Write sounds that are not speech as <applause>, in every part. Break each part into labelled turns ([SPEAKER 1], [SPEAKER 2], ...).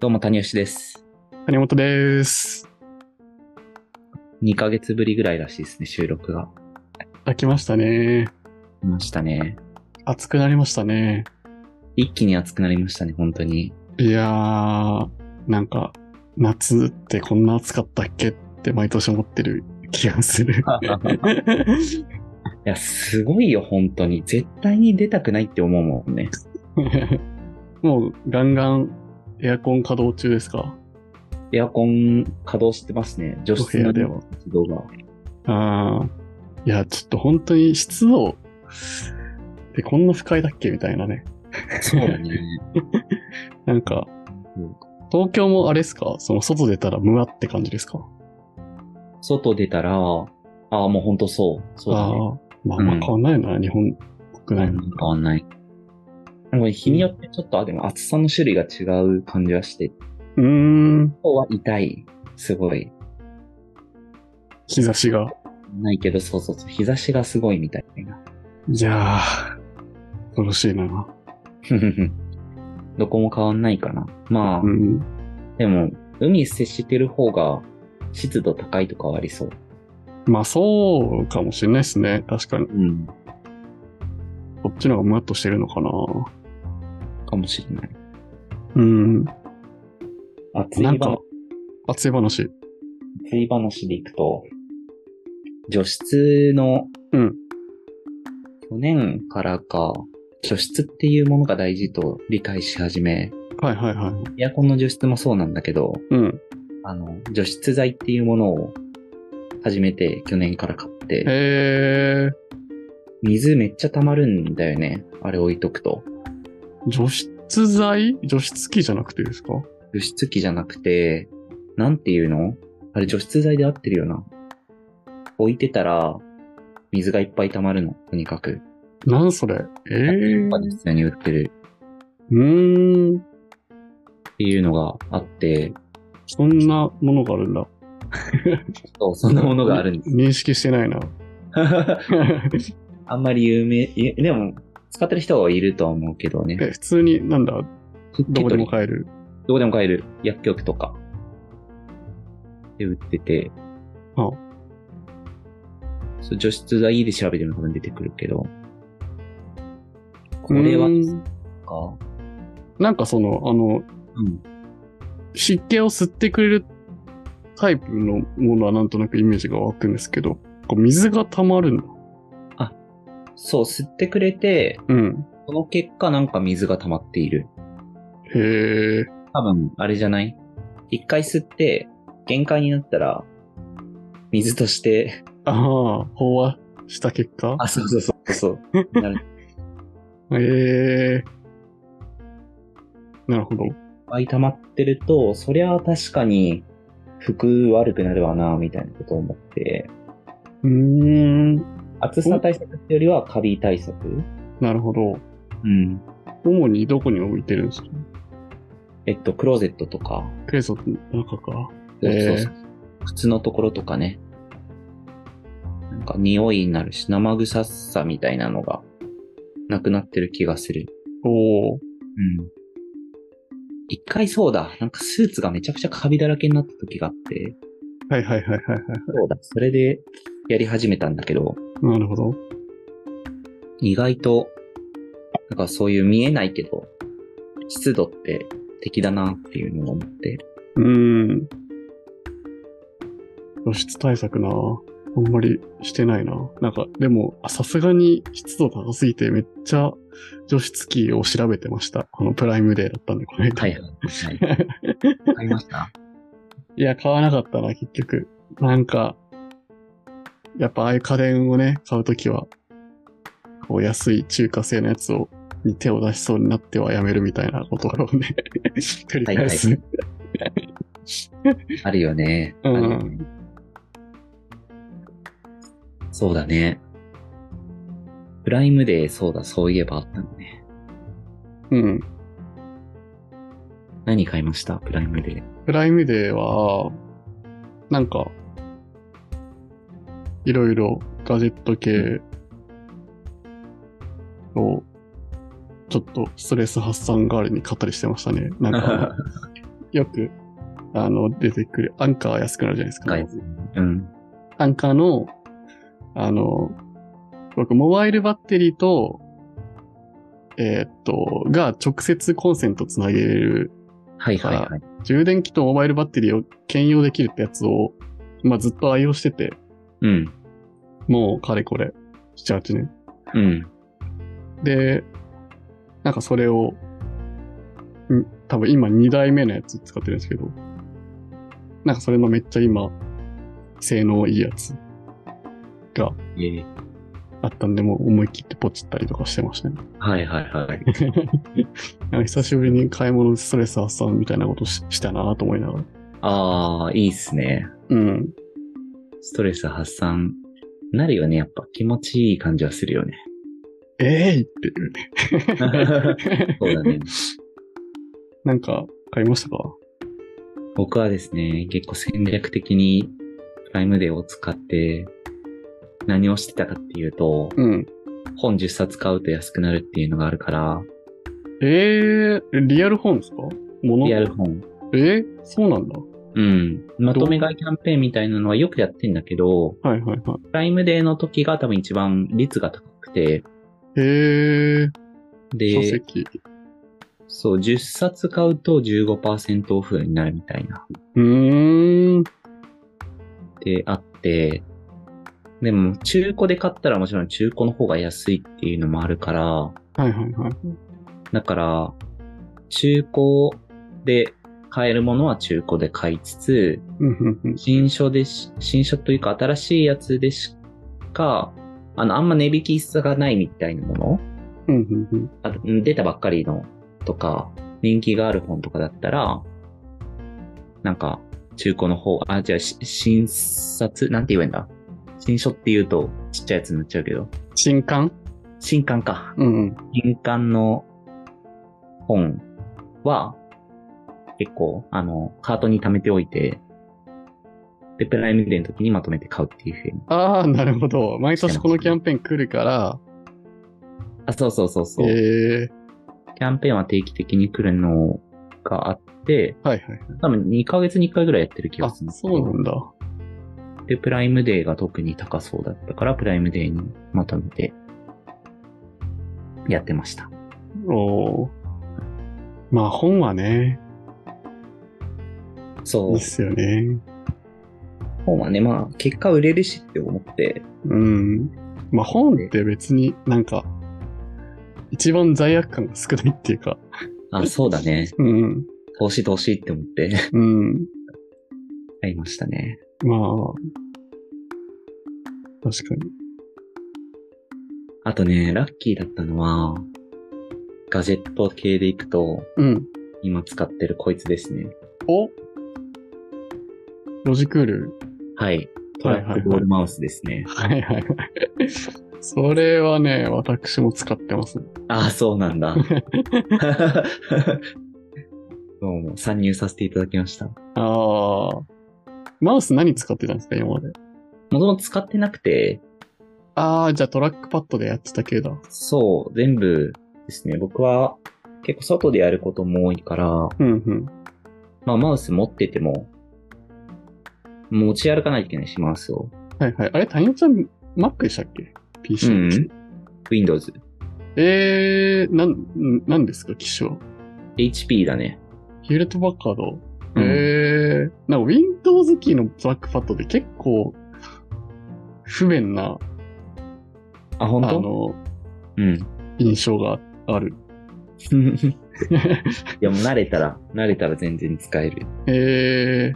[SPEAKER 1] どうも、谷吉です。
[SPEAKER 2] 谷本です。
[SPEAKER 1] 2ヶ月ぶりぐらいらしいですね、収録が。
[SPEAKER 2] 飽きましたね。
[SPEAKER 1] いましたね。
[SPEAKER 2] 暑くなりましたね。
[SPEAKER 1] 一気に暑くなりましたね、本当
[SPEAKER 2] <laughs>
[SPEAKER 1] に。
[SPEAKER 2] いやー、なんか、夏ってこんな暑かったっけって毎年思ってる気がする。 <laughs>
[SPEAKER 1] いや、すごいよ、本当に。絶対に出たくないって思うもんね。
[SPEAKER 2] もう、ガンガンエアコン稼働中ですか
[SPEAKER 1] エアコン稼働してますね、除湿の
[SPEAKER 2] お部屋では
[SPEAKER 1] 自動が。
[SPEAKER 2] あー。いや、ちょっと本当に湿度ってこんな不快だっけみたいなね。
[SPEAKER 1] そうだね。
[SPEAKER 2] なんか
[SPEAKER 1] うん、
[SPEAKER 2] 東京もあれですかその外出たらムワって感じですか
[SPEAKER 1] 外出たら、ああ、もう本当そう。そうだね。
[SPEAKER 2] ああ、まあまあ
[SPEAKER 1] うん
[SPEAKER 2] 変わんないよな、日本国内
[SPEAKER 1] う
[SPEAKER 2] の
[SPEAKER 1] ん。変わんない。なんか日によってちょっと、あ、でも暑さの種類が違う感じはして、
[SPEAKER 2] うーん、
[SPEAKER 1] 今日は痛い。すごい。
[SPEAKER 2] 日差しが。
[SPEAKER 1] ないけど、そうそうそう。日差しがすごいみたいな。
[SPEAKER 2] いやー、恐ろしいな。
[SPEAKER 1] ふふふ <laughs> どこも変わんないかな。まあ、
[SPEAKER 2] うん。
[SPEAKER 1] でも、海接してる方が湿度高いとかはありそう。
[SPEAKER 2] まあそうかもしれないですね。確かに。
[SPEAKER 1] うん。
[SPEAKER 2] こっちの方がムワっとしてるのかな。
[SPEAKER 1] かもしれない。
[SPEAKER 2] うん。
[SPEAKER 1] 暑い
[SPEAKER 2] なん
[SPEAKER 1] 話
[SPEAKER 2] か、暑い話。
[SPEAKER 1] 暑い話でいくと、除湿の、
[SPEAKER 2] うん
[SPEAKER 1] 去年からか、除湿っていうものが大事と理解し始め、
[SPEAKER 2] はいはいはい。
[SPEAKER 1] エアコンの除湿もそうなんだけど、
[SPEAKER 2] うん。
[SPEAKER 1] あの、除湿剤っていうものを初めて去年から買って、
[SPEAKER 2] えー、
[SPEAKER 1] 水めっちゃ溜まるんだよね。あれ置いとくと。
[SPEAKER 2] 除湿剤除湿器じゃなくてですか
[SPEAKER 1] 除湿器じゃなくて、なんていうのあれ除湿剤で合ってるよな。置いてたら、水がいっぱい溜まるの。とにかく。
[SPEAKER 2] なんそれえー、
[SPEAKER 1] 普通に売ってる
[SPEAKER 2] うーん。
[SPEAKER 1] っていうのがあって、
[SPEAKER 2] そんなものがあるんだ。
[SPEAKER 1] そう、そんなものがあるんです。
[SPEAKER 2] 認識してないな。 <laughs>
[SPEAKER 1] <laughs> あんまり有名、いでも、使ってる人はいるとは思うけどね。
[SPEAKER 2] え、普通に、なんだ、どこでも
[SPEAKER 1] える。
[SPEAKER 2] 買える。
[SPEAKER 1] どこでも買える。薬局とか。で売ってて。
[SPEAKER 2] あ
[SPEAKER 1] そう除湿剤で調べても多分出てくるけど。これは
[SPEAKER 2] う
[SPEAKER 1] で
[SPEAKER 2] ー
[SPEAKER 1] す
[SPEAKER 2] ん
[SPEAKER 1] か
[SPEAKER 2] なんかその、あの、
[SPEAKER 1] うん。
[SPEAKER 2] 湿気を吸ってくれるタイプのものはなんとなくイメージが湧くんですけど、こう水が溜まるんだ。
[SPEAKER 1] そう、吸ってくれて、
[SPEAKER 2] うん。
[SPEAKER 1] その結果なんか水が溜まっている。
[SPEAKER 2] へえ。
[SPEAKER 1] 多分、あれじゃない一回吸って、限界になったら、水として、
[SPEAKER 2] ああ、飽和した結果
[SPEAKER 1] あ、そうそうそう、
[SPEAKER 2] <laughs>
[SPEAKER 1] そう、なる。
[SPEAKER 2] へえ。なるほど。
[SPEAKER 1] いっぱい溜まってると、そりゃ確かに、服悪くなるわな、みたいなことを思って、
[SPEAKER 2] うーん。
[SPEAKER 1] 暑さ対策ってよりはカビ対策
[SPEAKER 2] なるほど。
[SPEAKER 1] うん。
[SPEAKER 2] 主にどこに置いてるんですか
[SPEAKER 1] えっと、クローゼットとか、
[SPEAKER 2] クレソンの中か。
[SPEAKER 1] そ
[SPEAKER 2] へ
[SPEAKER 1] う
[SPEAKER 2] ー
[SPEAKER 1] そうそう靴のところとかね。なんか匂いになるし、生臭さみたいなのがなくなってる気がする。
[SPEAKER 2] おお。
[SPEAKER 1] うん。一回そうだ。なんかスーツがめちゃくちゃカビだらけになった時があって。
[SPEAKER 2] はいはいはいはいはい。
[SPEAKER 1] そうだ。それでやり始めたんだけど、
[SPEAKER 2] なるほど。
[SPEAKER 1] 意外と、なんかそういう見えないけど、湿度って敵だなっていうのを思って。
[SPEAKER 2] うーん。露出対策なあんまりしてないななんか、でも、あさすがに湿度高すぎてめっちゃ除湿器を調べてました。あの、プライムデーだったんで、この間。
[SPEAKER 1] はい
[SPEAKER 2] い
[SPEAKER 1] はい。はい。買いました。
[SPEAKER 2] や、買わなかったな、結局。なんか、やっぱああいう家電をね、買うときは、こう安い中華製のやつを、に手を出しそうになってはやめるみたいなことをね、 <laughs> 繰り返す。
[SPEAKER 1] <laughs> はいあるよね。
[SPEAKER 2] うん
[SPEAKER 1] あるよねそうだね。プライムデー、そうだ、そういえばあったのね。
[SPEAKER 2] うん。
[SPEAKER 1] 何買いましたプライムデー。
[SPEAKER 2] プライムデーは、なんか、いろいろガジェット系
[SPEAKER 1] <laughs>
[SPEAKER 2] を、ちょっとストレス発散代わりに買ったりしてましたね。なんか、よく、あの、出てくる、アンカーは安くなるじゃないですか。
[SPEAKER 1] はいうん。
[SPEAKER 2] アンカーの、あの、僕、モバイルバッテリーと、えーっと、が直接コンセントつなげれる、
[SPEAKER 1] はいはいはい。
[SPEAKER 2] 充電器とモバイルバッテリーを兼用できるってやつを、まあ、ずっと愛用してて、
[SPEAKER 1] うん。
[SPEAKER 2] もう、かれこれ、7、8年。
[SPEAKER 1] うん。
[SPEAKER 2] で、なんかそれを、ん多分今2代目のやつ使ってるんですけど、なんかそれのめっちゃ今、性能いいやつ
[SPEAKER 1] ええ
[SPEAKER 2] あったんで、もう思い切ってポチったりとかしてましたね。
[SPEAKER 1] はいはいはい。
[SPEAKER 2] なんか久しぶりに買い物でストレス発散みたいなことししたなと思いながら。
[SPEAKER 1] ああ、いいっすね。
[SPEAKER 2] うん。
[SPEAKER 1] ストレス発散。なるよね、やっぱ。気持ちいい感じはするよね。
[SPEAKER 2] ええいっていうね。
[SPEAKER 1] <laughs> そうだね。
[SPEAKER 2] <laughs> なんか、買いましたか
[SPEAKER 1] 僕はですね、結構戦略的にプライムデーを使って、何をしてたかっていうと、
[SPEAKER 2] うん。
[SPEAKER 1] 本10冊買うと安くなるっていうのがあるから、
[SPEAKER 2] ええリアル本ですかもの
[SPEAKER 1] リアル本。
[SPEAKER 2] ええそうなんだ。
[SPEAKER 1] うん。まとめ買いキャンペーンみたいなのはよくやってんだけど、
[SPEAKER 2] はいはいは
[SPEAKER 1] プライムデーの時が多分一番率が高くて、
[SPEAKER 2] い。ええ書
[SPEAKER 1] で、
[SPEAKER 2] 籍。
[SPEAKER 1] そう、10冊買うと15%オフになるみたいな、
[SPEAKER 2] うーん。
[SPEAKER 1] であって、でも中古で買ったらもちろん中古の方が安いっていうのもあるから、
[SPEAKER 2] はいはいはい。
[SPEAKER 1] だから、中古で買えるものは中古で買いつつ、
[SPEAKER 2] うんうんうん。
[SPEAKER 1] 新書でし、新書というか新しいやつでしか、あの、あんま値引き差がないみたいなもの
[SPEAKER 2] うんうんうん。
[SPEAKER 1] あうん出たばっかりのとか、人気がある本とかだったら、なんか、中古の方、あ、じゃあ、し新冊、なんて言えばいいんだ新書って言うと、ちっちゃいやつになっちゃうけど、
[SPEAKER 2] 新刊
[SPEAKER 1] 新刊か。
[SPEAKER 2] うんうん。
[SPEAKER 1] 新刊の本は、結構、あの、カートに貯めておいて、で、プライムデーの時にまとめて買うっていうふうに。
[SPEAKER 2] ああ、なるほど。毎年このキャンペーン来るから、
[SPEAKER 1] あ、そうそうそうそう。
[SPEAKER 2] ええ
[SPEAKER 1] キャンペーンは定期的に来るのがあって、
[SPEAKER 2] はいはいはい。
[SPEAKER 1] 多分2ヶ月に1回ぐらいやってる気
[SPEAKER 2] あ
[SPEAKER 1] がする、
[SPEAKER 2] そうなんだ。
[SPEAKER 1] で、プライムデーが特に高そうだったから、プライムデーにまとめて、やってました。
[SPEAKER 2] おーまあ本はね、
[SPEAKER 1] そ
[SPEAKER 2] いういっ。すよね。
[SPEAKER 1] 本はね、まあ、結果売れるしって思って、
[SPEAKER 2] うん。まあ本って別になんか、一番罪悪感が少ないっていうか、
[SPEAKER 1] あ、そうだね。
[SPEAKER 2] うん。
[SPEAKER 1] 投資投資って思って。 <laughs>
[SPEAKER 2] うん。
[SPEAKER 1] ありましたね。
[SPEAKER 2] まあ、確かに。
[SPEAKER 1] あとね、ラッキーだったのは、ガジェット系でいくと、
[SPEAKER 2] うん。
[SPEAKER 1] 今使ってるこいつですね。
[SPEAKER 2] おロジクール。 <laughs>
[SPEAKER 1] はい。ト
[SPEAKER 2] は
[SPEAKER 1] ラ
[SPEAKER 2] いはいはい
[SPEAKER 1] ックボールマウスですね。
[SPEAKER 2] はいはいはい。それはね、私も使ってます。
[SPEAKER 1] ああ、そうなん
[SPEAKER 2] <laughs>
[SPEAKER 1] だ。どうも、参入させていただきました。も
[SPEAKER 2] ああ。マウス何使ってたんですか、今まで。
[SPEAKER 1] ともと使ってなくて、
[SPEAKER 2] ああ、じゃあトラックパッドでやってた系だ。
[SPEAKER 1] そう、全部ですね。僕は結構外でやることも多いから、
[SPEAKER 2] うんうん。
[SPEAKER 1] まあマウス持ってても、持ち歩かないといけないし、マウスを。
[SPEAKER 2] はいはい。あれ、谷尾ちゃん、Mac でしたっけ ?PC
[SPEAKER 1] う
[SPEAKER 2] で、
[SPEAKER 1] ん。Windows。
[SPEAKER 2] えー、なん、んなんですか、機種は。
[SPEAKER 1] HP だね。
[SPEAKER 2] ヒューレット・バッカード。
[SPEAKER 1] うん
[SPEAKER 2] えー、なんか Windows キーのトラックパッドで結構、不便な、
[SPEAKER 1] あ、
[SPEAKER 2] あ
[SPEAKER 1] 本当
[SPEAKER 2] の、 <laughs>
[SPEAKER 1] うん。
[SPEAKER 2] 印象がある。
[SPEAKER 1] いや、もう慣れたら、慣れたら全然使える。
[SPEAKER 2] え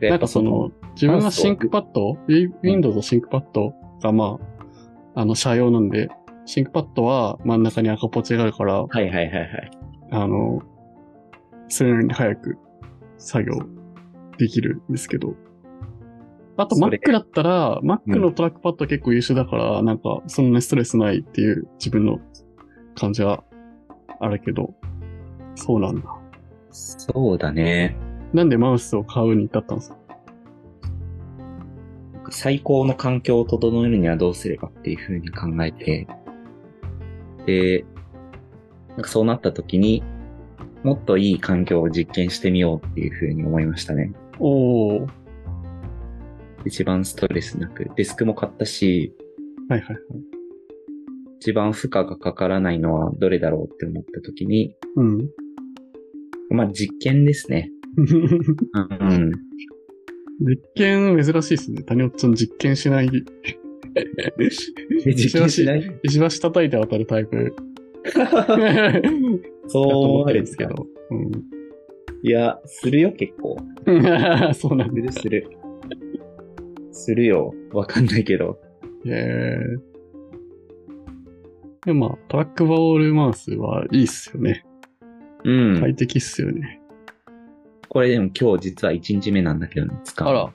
[SPEAKER 2] ー、なんかその、自分
[SPEAKER 1] マ
[SPEAKER 2] は
[SPEAKER 1] ウスを
[SPEAKER 2] シンクパッド、Wi- Windows のシンクパッドがまあ、あの、社用なんで、シンクパッドは真ん中に赤ポチがあるから、
[SPEAKER 1] はいはいはいはい。
[SPEAKER 2] あの、それなりに早く作業できるんですけど。あと
[SPEAKER 1] それ
[SPEAKER 2] Mac だったら、Mac
[SPEAKER 1] うん
[SPEAKER 2] のトラックパッド結構優秀だから、なんかそんなにストレスないっていう自分の感じはあるけど、そうなんだ。
[SPEAKER 1] そうだね。
[SPEAKER 2] なんでマウスを買うに至ったんですか
[SPEAKER 1] 最高の環境を整えるにはどうすればっていう風に考えて、で、なんかそうなった時に、もっといい環境を実験してみようっていうふうに思いましたね。
[SPEAKER 2] おおはい
[SPEAKER 1] 一番ストレスなく。デスクも買ったし、
[SPEAKER 2] はいはい。
[SPEAKER 1] 一番負荷がかからないのはどれだろうって思った時に、
[SPEAKER 2] うん。 <laughs>
[SPEAKER 1] まあ実験ですね。うん。
[SPEAKER 2] 実験珍しいですね。谷尾ちゃん実験しない、
[SPEAKER 1] で実験しない
[SPEAKER 2] 石橋叩いて当たるタ
[SPEAKER 1] <laughs>
[SPEAKER 2] イプ <laughs> だと
[SPEAKER 1] そう
[SPEAKER 2] 思っ
[SPEAKER 1] 思
[SPEAKER 2] て
[SPEAKER 1] るんで
[SPEAKER 2] るんですす
[SPEAKER 1] け
[SPEAKER 2] け
[SPEAKER 1] ど。
[SPEAKER 2] ど。
[SPEAKER 1] いや、するよ、結構。
[SPEAKER 2] うん <laughs> そうなん
[SPEAKER 1] す
[SPEAKER 2] で
[SPEAKER 1] るする。するよ。わかんないけど。
[SPEAKER 2] す。えー、でもまあ、トラックボールマウスはいいっすよね。
[SPEAKER 1] うん。
[SPEAKER 2] 快適っすよね。
[SPEAKER 1] これでも今日実は1日目なんだけどね、使う。
[SPEAKER 2] あ。ら、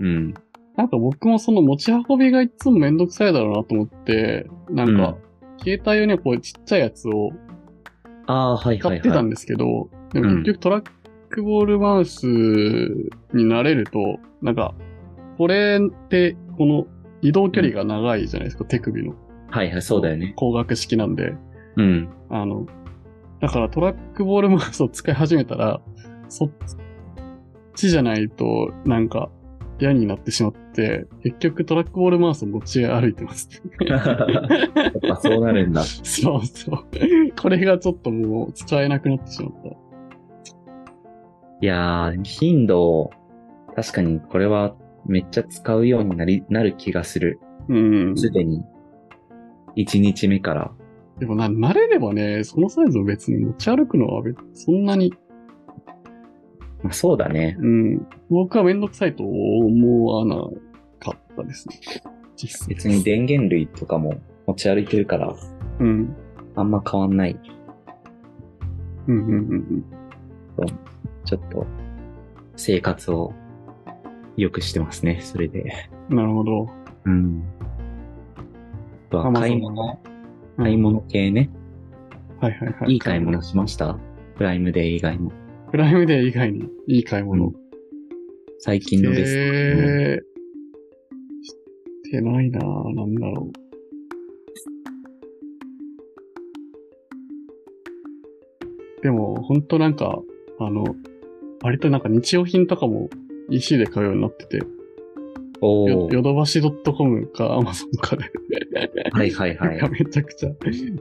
[SPEAKER 1] うん。
[SPEAKER 2] なんか僕もその持ち運びがいつもめんどくさいだろうなと思って、なんか、携帯用にはこうちっちゃいやつを
[SPEAKER 1] ああー、はいは
[SPEAKER 2] 買
[SPEAKER 1] い
[SPEAKER 2] ってた
[SPEAKER 1] はい。
[SPEAKER 2] んですけど、でも結局トラックボールマウスになれると、なんか、これって、この移動距離が長いじゃないですか、手首の。
[SPEAKER 1] はいはい、そうだよね。
[SPEAKER 2] 光学式なんで。
[SPEAKER 1] うん。
[SPEAKER 2] <laughs> あの、だからトラックボールマウスを使い始めたら、そっちじゃないと、なんか、嫌になってしまって、結局トラックボールマウスを持ち歩いてます。 <laughs>
[SPEAKER 1] やっぱそうなるんだ。
[SPEAKER 2] そうそう。これがちょっともう使えなくなってしまった。
[SPEAKER 1] いやー、頻度、確かにこれはめっちゃ使うようになり、なる気がする。
[SPEAKER 2] うん。
[SPEAKER 1] すでに。1日目から。
[SPEAKER 2] でもな、慣れればね、そのサイズを別に持ち歩くのは別、そんなに、
[SPEAKER 1] まあ、そうだね。
[SPEAKER 2] うん。僕はめんどくさいと思わなかったですね。実際
[SPEAKER 1] 別に電源類とかも持ち歩いてるから、
[SPEAKER 2] うん。
[SPEAKER 1] あんま変わんない。
[SPEAKER 2] うんうんうんうん。
[SPEAKER 1] ちょっと、生活を良くしてますね、それで。
[SPEAKER 2] なるほど。
[SPEAKER 1] うん。あとは買い
[SPEAKER 2] ま
[SPEAKER 1] 物、
[SPEAKER 2] うん
[SPEAKER 1] 買い物系ね。
[SPEAKER 2] はいはいはい。
[SPEAKER 1] いい買い物しましたプライムデー以外も。
[SPEAKER 2] プライムデー以外にいい買い物。
[SPEAKER 1] 最近の
[SPEAKER 2] え
[SPEAKER 1] です。
[SPEAKER 2] ー、してないなぁ、なんだろう。でも、ほんとなんか、あの、割となんか日用品とかも EC で買うようになってて、
[SPEAKER 1] お
[SPEAKER 2] よ
[SPEAKER 1] ー
[SPEAKER 2] ヨドバシ .com か Amazon かで、
[SPEAKER 1] はいはいはい。
[SPEAKER 2] なんかめちゃくちゃ、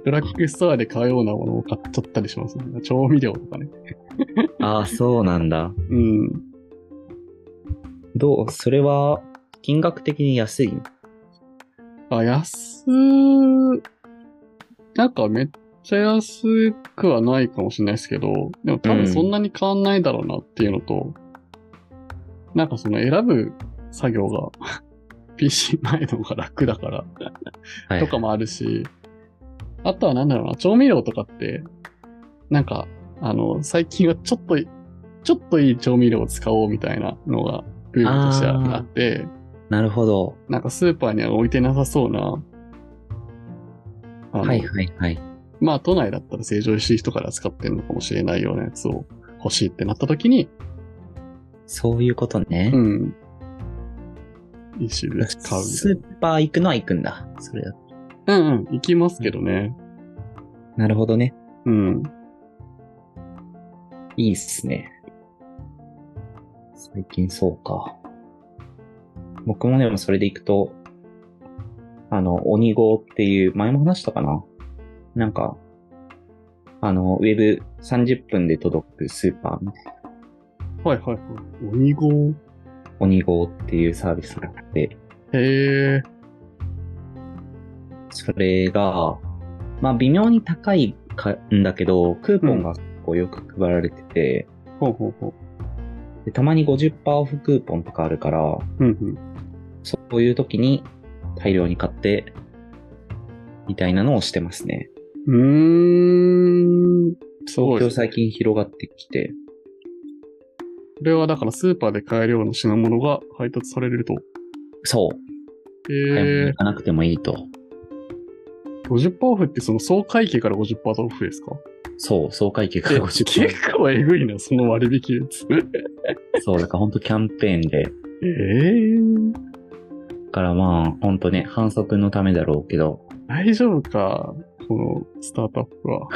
[SPEAKER 2] ドラッグストアで買うようなものを買っちゃったりしますね。調味料とかね。
[SPEAKER 1] ああ、そうなんだ。
[SPEAKER 2] うん。
[SPEAKER 1] どうそれは、金額的に安い
[SPEAKER 2] あ、安、なんかめっちゃ安くはないかもしれないですけど、でも多
[SPEAKER 1] うん
[SPEAKER 2] 分そんなに変わんないだろうなっていうのと、なんかその選ぶ作業が <laughs> PC 前の方が楽だから
[SPEAKER 1] はい。
[SPEAKER 2] とかもあるし、あとはなんだろうな、調味料とかって、なんか、あの、最近はちょっとい、ちょっといい調味料を使おうみたいなのがブームとしてあって、
[SPEAKER 1] なるほど。
[SPEAKER 2] なんかスーパーには置いてなさそうな、あの、
[SPEAKER 1] はいはいはい。
[SPEAKER 2] まあ都内だったら成城石井とかで使ってるのかもしれないようなやつを欲しいってなった時に、
[SPEAKER 1] そういうことね
[SPEAKER 2] う。ん。一種類買う。
[SPEAKER 1] スーパー行くのは行くんだ。それだ。
[SPEAKER 2] うんうん、行きますけどね。
[SPEAKER 1] なるほどね。
[SPEAKER 2] うん。
[SPEAKER 1] いいっすね。最近そうか。僕もでもそれで行くと、あの、鬼号っていう、前も話したかななんか、あの、ウェブ30分で届くスーパーみたいな
[SPEAKER 2] はいはいはい。鬼号
[SPEAKER 1] 鬼号っていうサービスがあって、
[SPEAKER 2] へえ。
[SPEAKER 1] それが、まあ微妙に高いかんだけど、クーポンが結構よく配られてて、
[SPEAKER 2] ほうほうほう。
[SPEAKER 1] でたまに50%オフクーポンとかあるから、
[SPEAKER 2] うんうん。
[SPEAKER 1] そういう時に大量に買って、みたいなのをしてますね。
[SPEAKER 2] うーん。すご
[SPEAKER 1] 東京
[SPEAKER 2] い。こ
[SPEAKER 1] 最近広がってきて、
[SPEAKER 2] れはだからスーパーで買えるような品物が配達されると。
[SPEAKER 1] そう、買い物
[SPEAKER 2] へえ
[SPEAKER 1] 行。かなくてもいいと。
[SPEAKER 2] 50%オフってその総会計から50%オフですか
[SPEAKER 1] そう、総会 <laughs> 計が
[SPEAKER 2] え
[SPEAKER 1] 50%。
[SPEAKER 2] 結構えぐいな、その割引率。
[SPEAKER 1] そう、だから本当キャンペーンで。
[SPEAKER 2] ええ
[SPEAKER 1] だからまあ、本当ね、反則のためだろうけど、
[SPEAKER 2] 大丈夫か、このスタートアップは。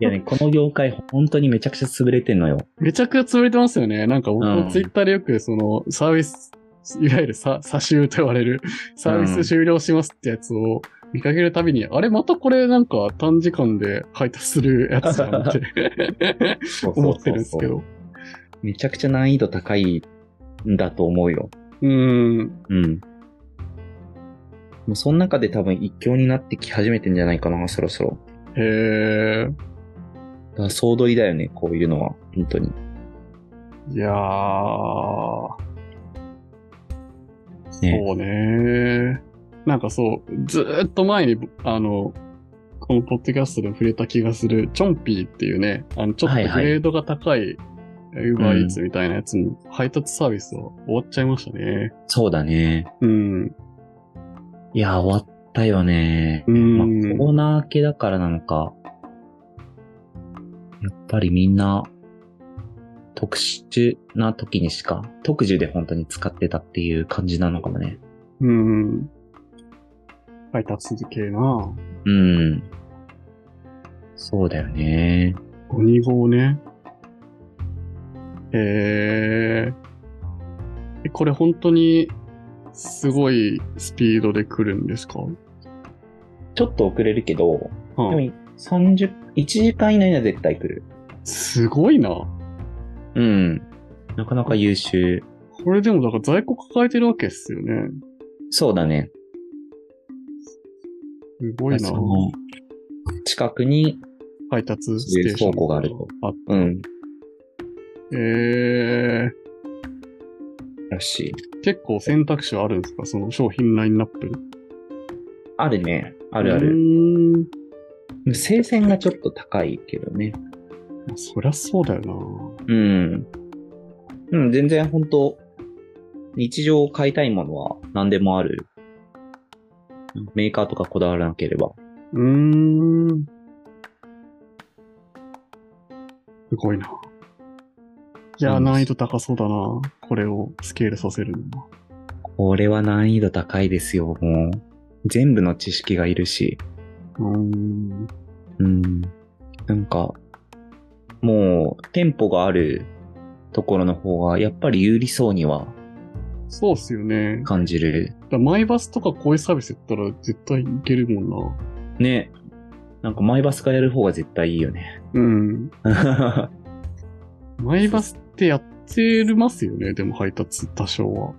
[SPEAKER 1] い
[SPEAKER 2] <laughs>
[SPEAKER 1] やね、この業界本当にめちゃくちゃ優れてんのよ。
[SPEAKER 2] めちゃくちゃ潰れてますよね。なんか僕
[SPEAKER 1] うん
[SPEAKER 2] もツイッターでよくそのサービス、いわゆるさ <laughs> 差し入と言われるサービス終了しますってやつを <laughs> 見かけるたびに、あれまたこれなんか短時間で配達するやつだ
[SPEAKER 1] <laughs>
[SPEAKER 2] なって
[SPEAKER 1] そうそうそうそう
[SPEAKER 2] 思ってるんですけ。ど。
[SPEAKER 1] めちゃくちゃ難易度高いんだと思うよ。
[SPEAKER 2] うん。
[SPEAKER 1] うん。もうその中で多分一強になってき始めてんじゃないかな、そろそろ。
[SPEAKER 2] へえ。
[SPEAKER 1] だから総取りだよね、こういうのは。本当に。
[SPEAKER 2] いやー。
[SPEAKER 1] ね。
[SPEAKER 2] そうね。なんかそう、ずーっと前に、あの、このポッドキャストでも触れた気がする、チョンピーっていうね、あの、ちょっ
[SPEAKER 1] はい
[SPEAKER 2] と
[SPEAKER 1] はい
[SPEAKER 2] グレードが高い、ウーバーイーツみたいなやつの配達サービスは終わっちゃいましたね。
[SPEAKER 1] そうだね。
[SPEAKER 2] うん。
[SPEAKER 1] いや、終わったよね。
[SPEAKER 2] う
[SPEAKER 1] まあ、
[SPEAKER 2] ん。
[SPEAKER 1] コロナ明けだからなのか。やっぱりみんな、特殊な時にしか、特需で本当に使ってたっていう感じなのかもね。
[SPEAKER 2] うん。配達続けな
[SPEAKER 1] うん。そうだよね。
[SPEAKER 2] 5、2号ね。へえ。えこれ本当に、すごいスピードで来るんですか、
[SPEAKER 1] ちょっと遅れるけど、
[SPEAKER 2] うん
[SPEAKER 1] でも30、1時間以内には絶対来る。
[SPEAKER 2] すごいな。
[SPEAKER 1] うん。なかなか優秀。
[SPEAKER 2] これでもだから在庫抱えてるわけっすよね。
[SPEAKER 1] そうだね。
[SPEAKER 2] すごいな
[SPEAKER 1] そ。の近くに、
[SPEAKER 2] 配達ステーショ
[SPEAKER 1] 倉
[SPEAKER 2] ン。
[SPEAKER 1] 庫があると
[SPEAKER 2] あ。
[SPEAKER 1] うん、
[SPEAKER 2] え
[SPEAKER 1] らしい。
[SPEAKER 2] ー、結構選択肢はあるんですかその商品ラインナップ。
[SPEAKER 1] あるね。あ
[SPEAKER 2] あ
[SPEAKER 1] るある。
[SPEAKER 2] る。
[SPEAKER 1] 生鮮がちょっと高いけどね。
[SPEAKER 2] まあそりゃそうだよ
[SPEAKER 1] うん。うん、全然本当日常を買いたいものは何でもある。メーカーとかこだわらなければ。
[SPEAKER 2] な。うーん。すごいな。いや、
[SPEAKER 1] うん
[SPEAKER 2] 難易度高そうだな。これをスケールさせるのは。
[SPEAKER 1] これは難易度高いですよ、もう。全部の知識がいるし。
[SPEAKER 2] うーん。
[SPEAKER 1] うん。なんか、もう、店舗があるところの方が、やっぱり有利そうには
[SPEAKER 2] そうっすよね。
[SPEAKER 1] 感じる。
[SPEAKER 2] だからマイバスとかこういうサービスやったら絶対いけるもんな。
[SPEAKER 1] ね。なんか、マイバスがやる方が絶対いいよ <laughs> ね。
[SPEAKER 2] うん。マイバスってやってますよね、でも配達多少は。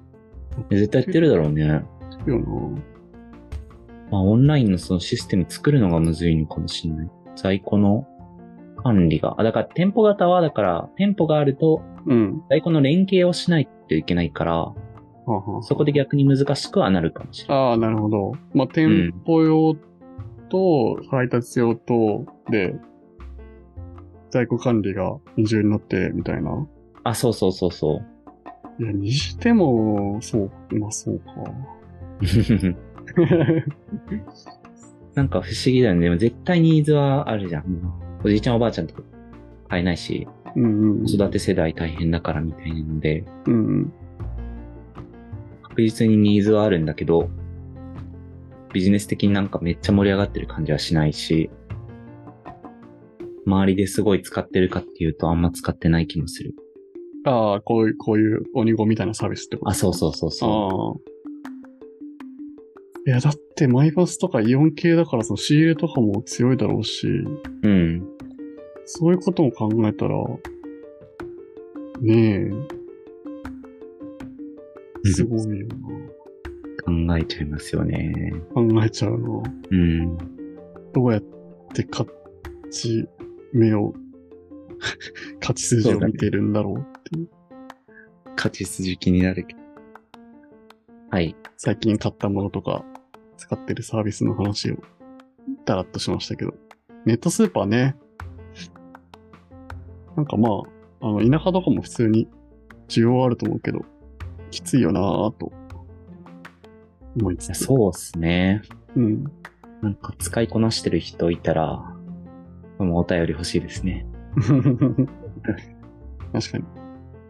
[SPEAKER 1] 絶対やってるだろうね。
[SPEAKER 2] よな。
[SPEAKER 1] まあ、オンラインのそのシステム作るのがむずいのかもしれない。在庫の管理が。あ、だから店舗型は、だから店舗があると
[SPEAKER 2] うん。は
[SPEAKER 1] 在庫の連携をしないといけないから、
[SPEAKER 2] あは
[SPEAKER 1] そこで逆に難しくはなるかもしれない。
[SPEAKER 2] ああー、なるほど。まあ、店舗用と配達用とで、在庫管理が二重になって、みたいな。
[SPEAKER 1] あ、そうそうそうそう。
[SPEAKER 2] いや、にしても、そう、まあ、そ
[SPEAKER 1] <laughs>
[SPEAKER 2] うか。
[SPEAKER 1] なんか不思議だよね。でも絶対ニーズはあるじゃん。おじいちゃんおばあちゃんとか買えないし、
[SPEAKER 2] うんうん。
[SPEAKER 1] 子育て世代大変だからみたいなので、
[SPEAKER 2] うんうん。
[SPEAKER 1] 確実にニーズはあるんだけど、ビジネス的になんかめっちゃ盛り上がってる感じはしないし、周りですごい使ってるかっていうとあんま使ってない気もする。
[SPEAKER 2] ああ、こういう、こういう鬼子みたいなサービスってこと
[SPEAKER 1] あ、そうそうそうそ
[SPEAKER 2] ああ。いや、だってマイバスとかイオン系だから、その仕入れとかも強いだろうし、
[SPEAKER 1] う。うん。
[SPEAKER 2] そういうことも考えたら、ねえ、すごいよ
[SPEAKER 1] 考えちゃいますよね。
[SPEAKER 2] な。考えちゃうな。
[SPEAKER 1] うん。
[SPEAKER 2] どうやって勝ち目を、 <laughs> 勝ち筋を見てるんだろう。
[SPEAKER 1] 勝ち筋気になるけど。はい。
[SPEAKER 2] 最近買ったものとか、使ってるサービスの話を、だらっとしましたけど。ネットスーパーね。なんかまあ、あの、田舎とかも普通に需要はあると思うけど、きついよなぁと、思いつ
[SPEAKER 1] いや
[SPEAKER 2] つ。
[SPEAKER 1] そうっすね。
[SPEAKER 2] うん。 <laughs>
[SPEAKER 1] なんか使いこなしてる人いたら、もうお便り欲しいですね。
[SPEAKER 2] 確かに。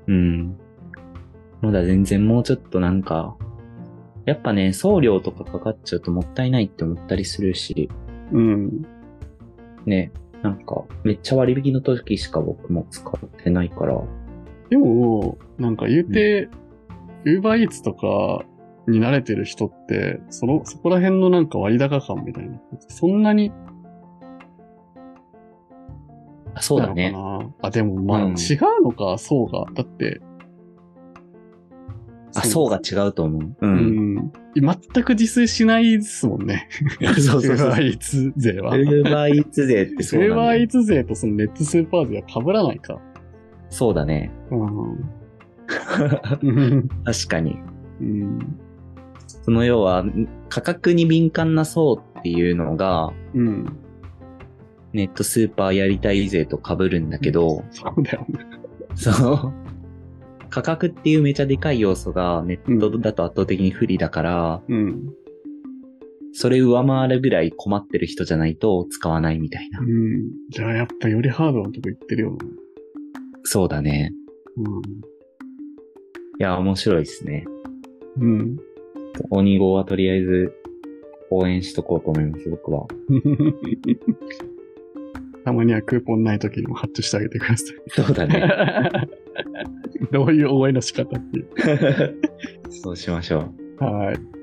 [SPEAKER 1] うん。まだ全然もうちょっとなんか、やっぱね、送料とかかかっちゃうともったいないって思ったりするし、
[SPEAKER 2] うん。
[SPEAKER 1] ね、なんか、めっちゃ割引の時しか僕も使ってないから、
[SPEAKER 2] でも、なんか言うて、ウーバーイーツとかに慣れてる人って、その、そこら辺のなんか割高感みたいな。そんなに、
[SPEAKER 1] あそうだ
[SPEAKER 2] な
[SPEAKER 1] ね。
[SPEAKER 2] のかな。あ、でもまあ、
[SPEAKER 1] うん
[SPEAKER 2] 違うのか、層が。だって。
[SPEAKER 1] あ、層が
[SPEAKER 2] う。
[SPEAKER 1] 違うと思う。う。
[SPEAKER 2] うんん。全く自炊しないですもんね。
[SPEAKER 1] <laughs> そうそうそう
[SPEAKER 2] ウーバーイーツ勢
[SPEAKER 1] ウ
[SPEAKER 2] は。ウー
[SPEAKER 1] ーバーイーツ勢ってそうなん
[SPEAKER 2] バ
[SPEAKER 1] だ
[SPEAKER 2] ーイ
[SPEAKER 1] よ
[SPEAKER 2] ーツ勢とそのネットスーパー勢は被らないか。
[SPEAKER 1] そうだね。
[SPEAKER 2] うん。
[SPEAKER 1] 確かに。
[SPEAKER 2] うん。
[SPEAKER 1] その要は、価格に敏感な層っていうのが、
[SPEAKER 2] うん。
[SPEAKER 1] ネットスーパーやりたい勢と被るんだけど、
[SPEAKER 2] そうだよね。
[SPEAKER 1] その、価格っていうめちゃでかい要素がネットだと圧倒的に不利だから、
[SPEAKER 2] うん。
[SPEAKER 1] それ上回るぐらい困ってる人じゃないと使わないみたいな
[SPEAKER 2] う。ん。じゃあやっぱよりハードなとこ行ってるよな。
[SPEAKER 1] そうだね。いや、面白いですね。
[SPEAKER 2] うん。うん。 <laughs>
[SPEAKER 1] 鬼号はとりあえず応援しとこうと思います、僕は。
[SPEAKER 2] たまにはクーポンない時にも発注してあげてくださ
[SPEAKER 1] そうだね。
[SPEAKER 2] い。 <laughs> どういう応援の仕方っていう。
[SPEAKER 1] <laughs> そうしましょう。
[SPEAKER 2] はい。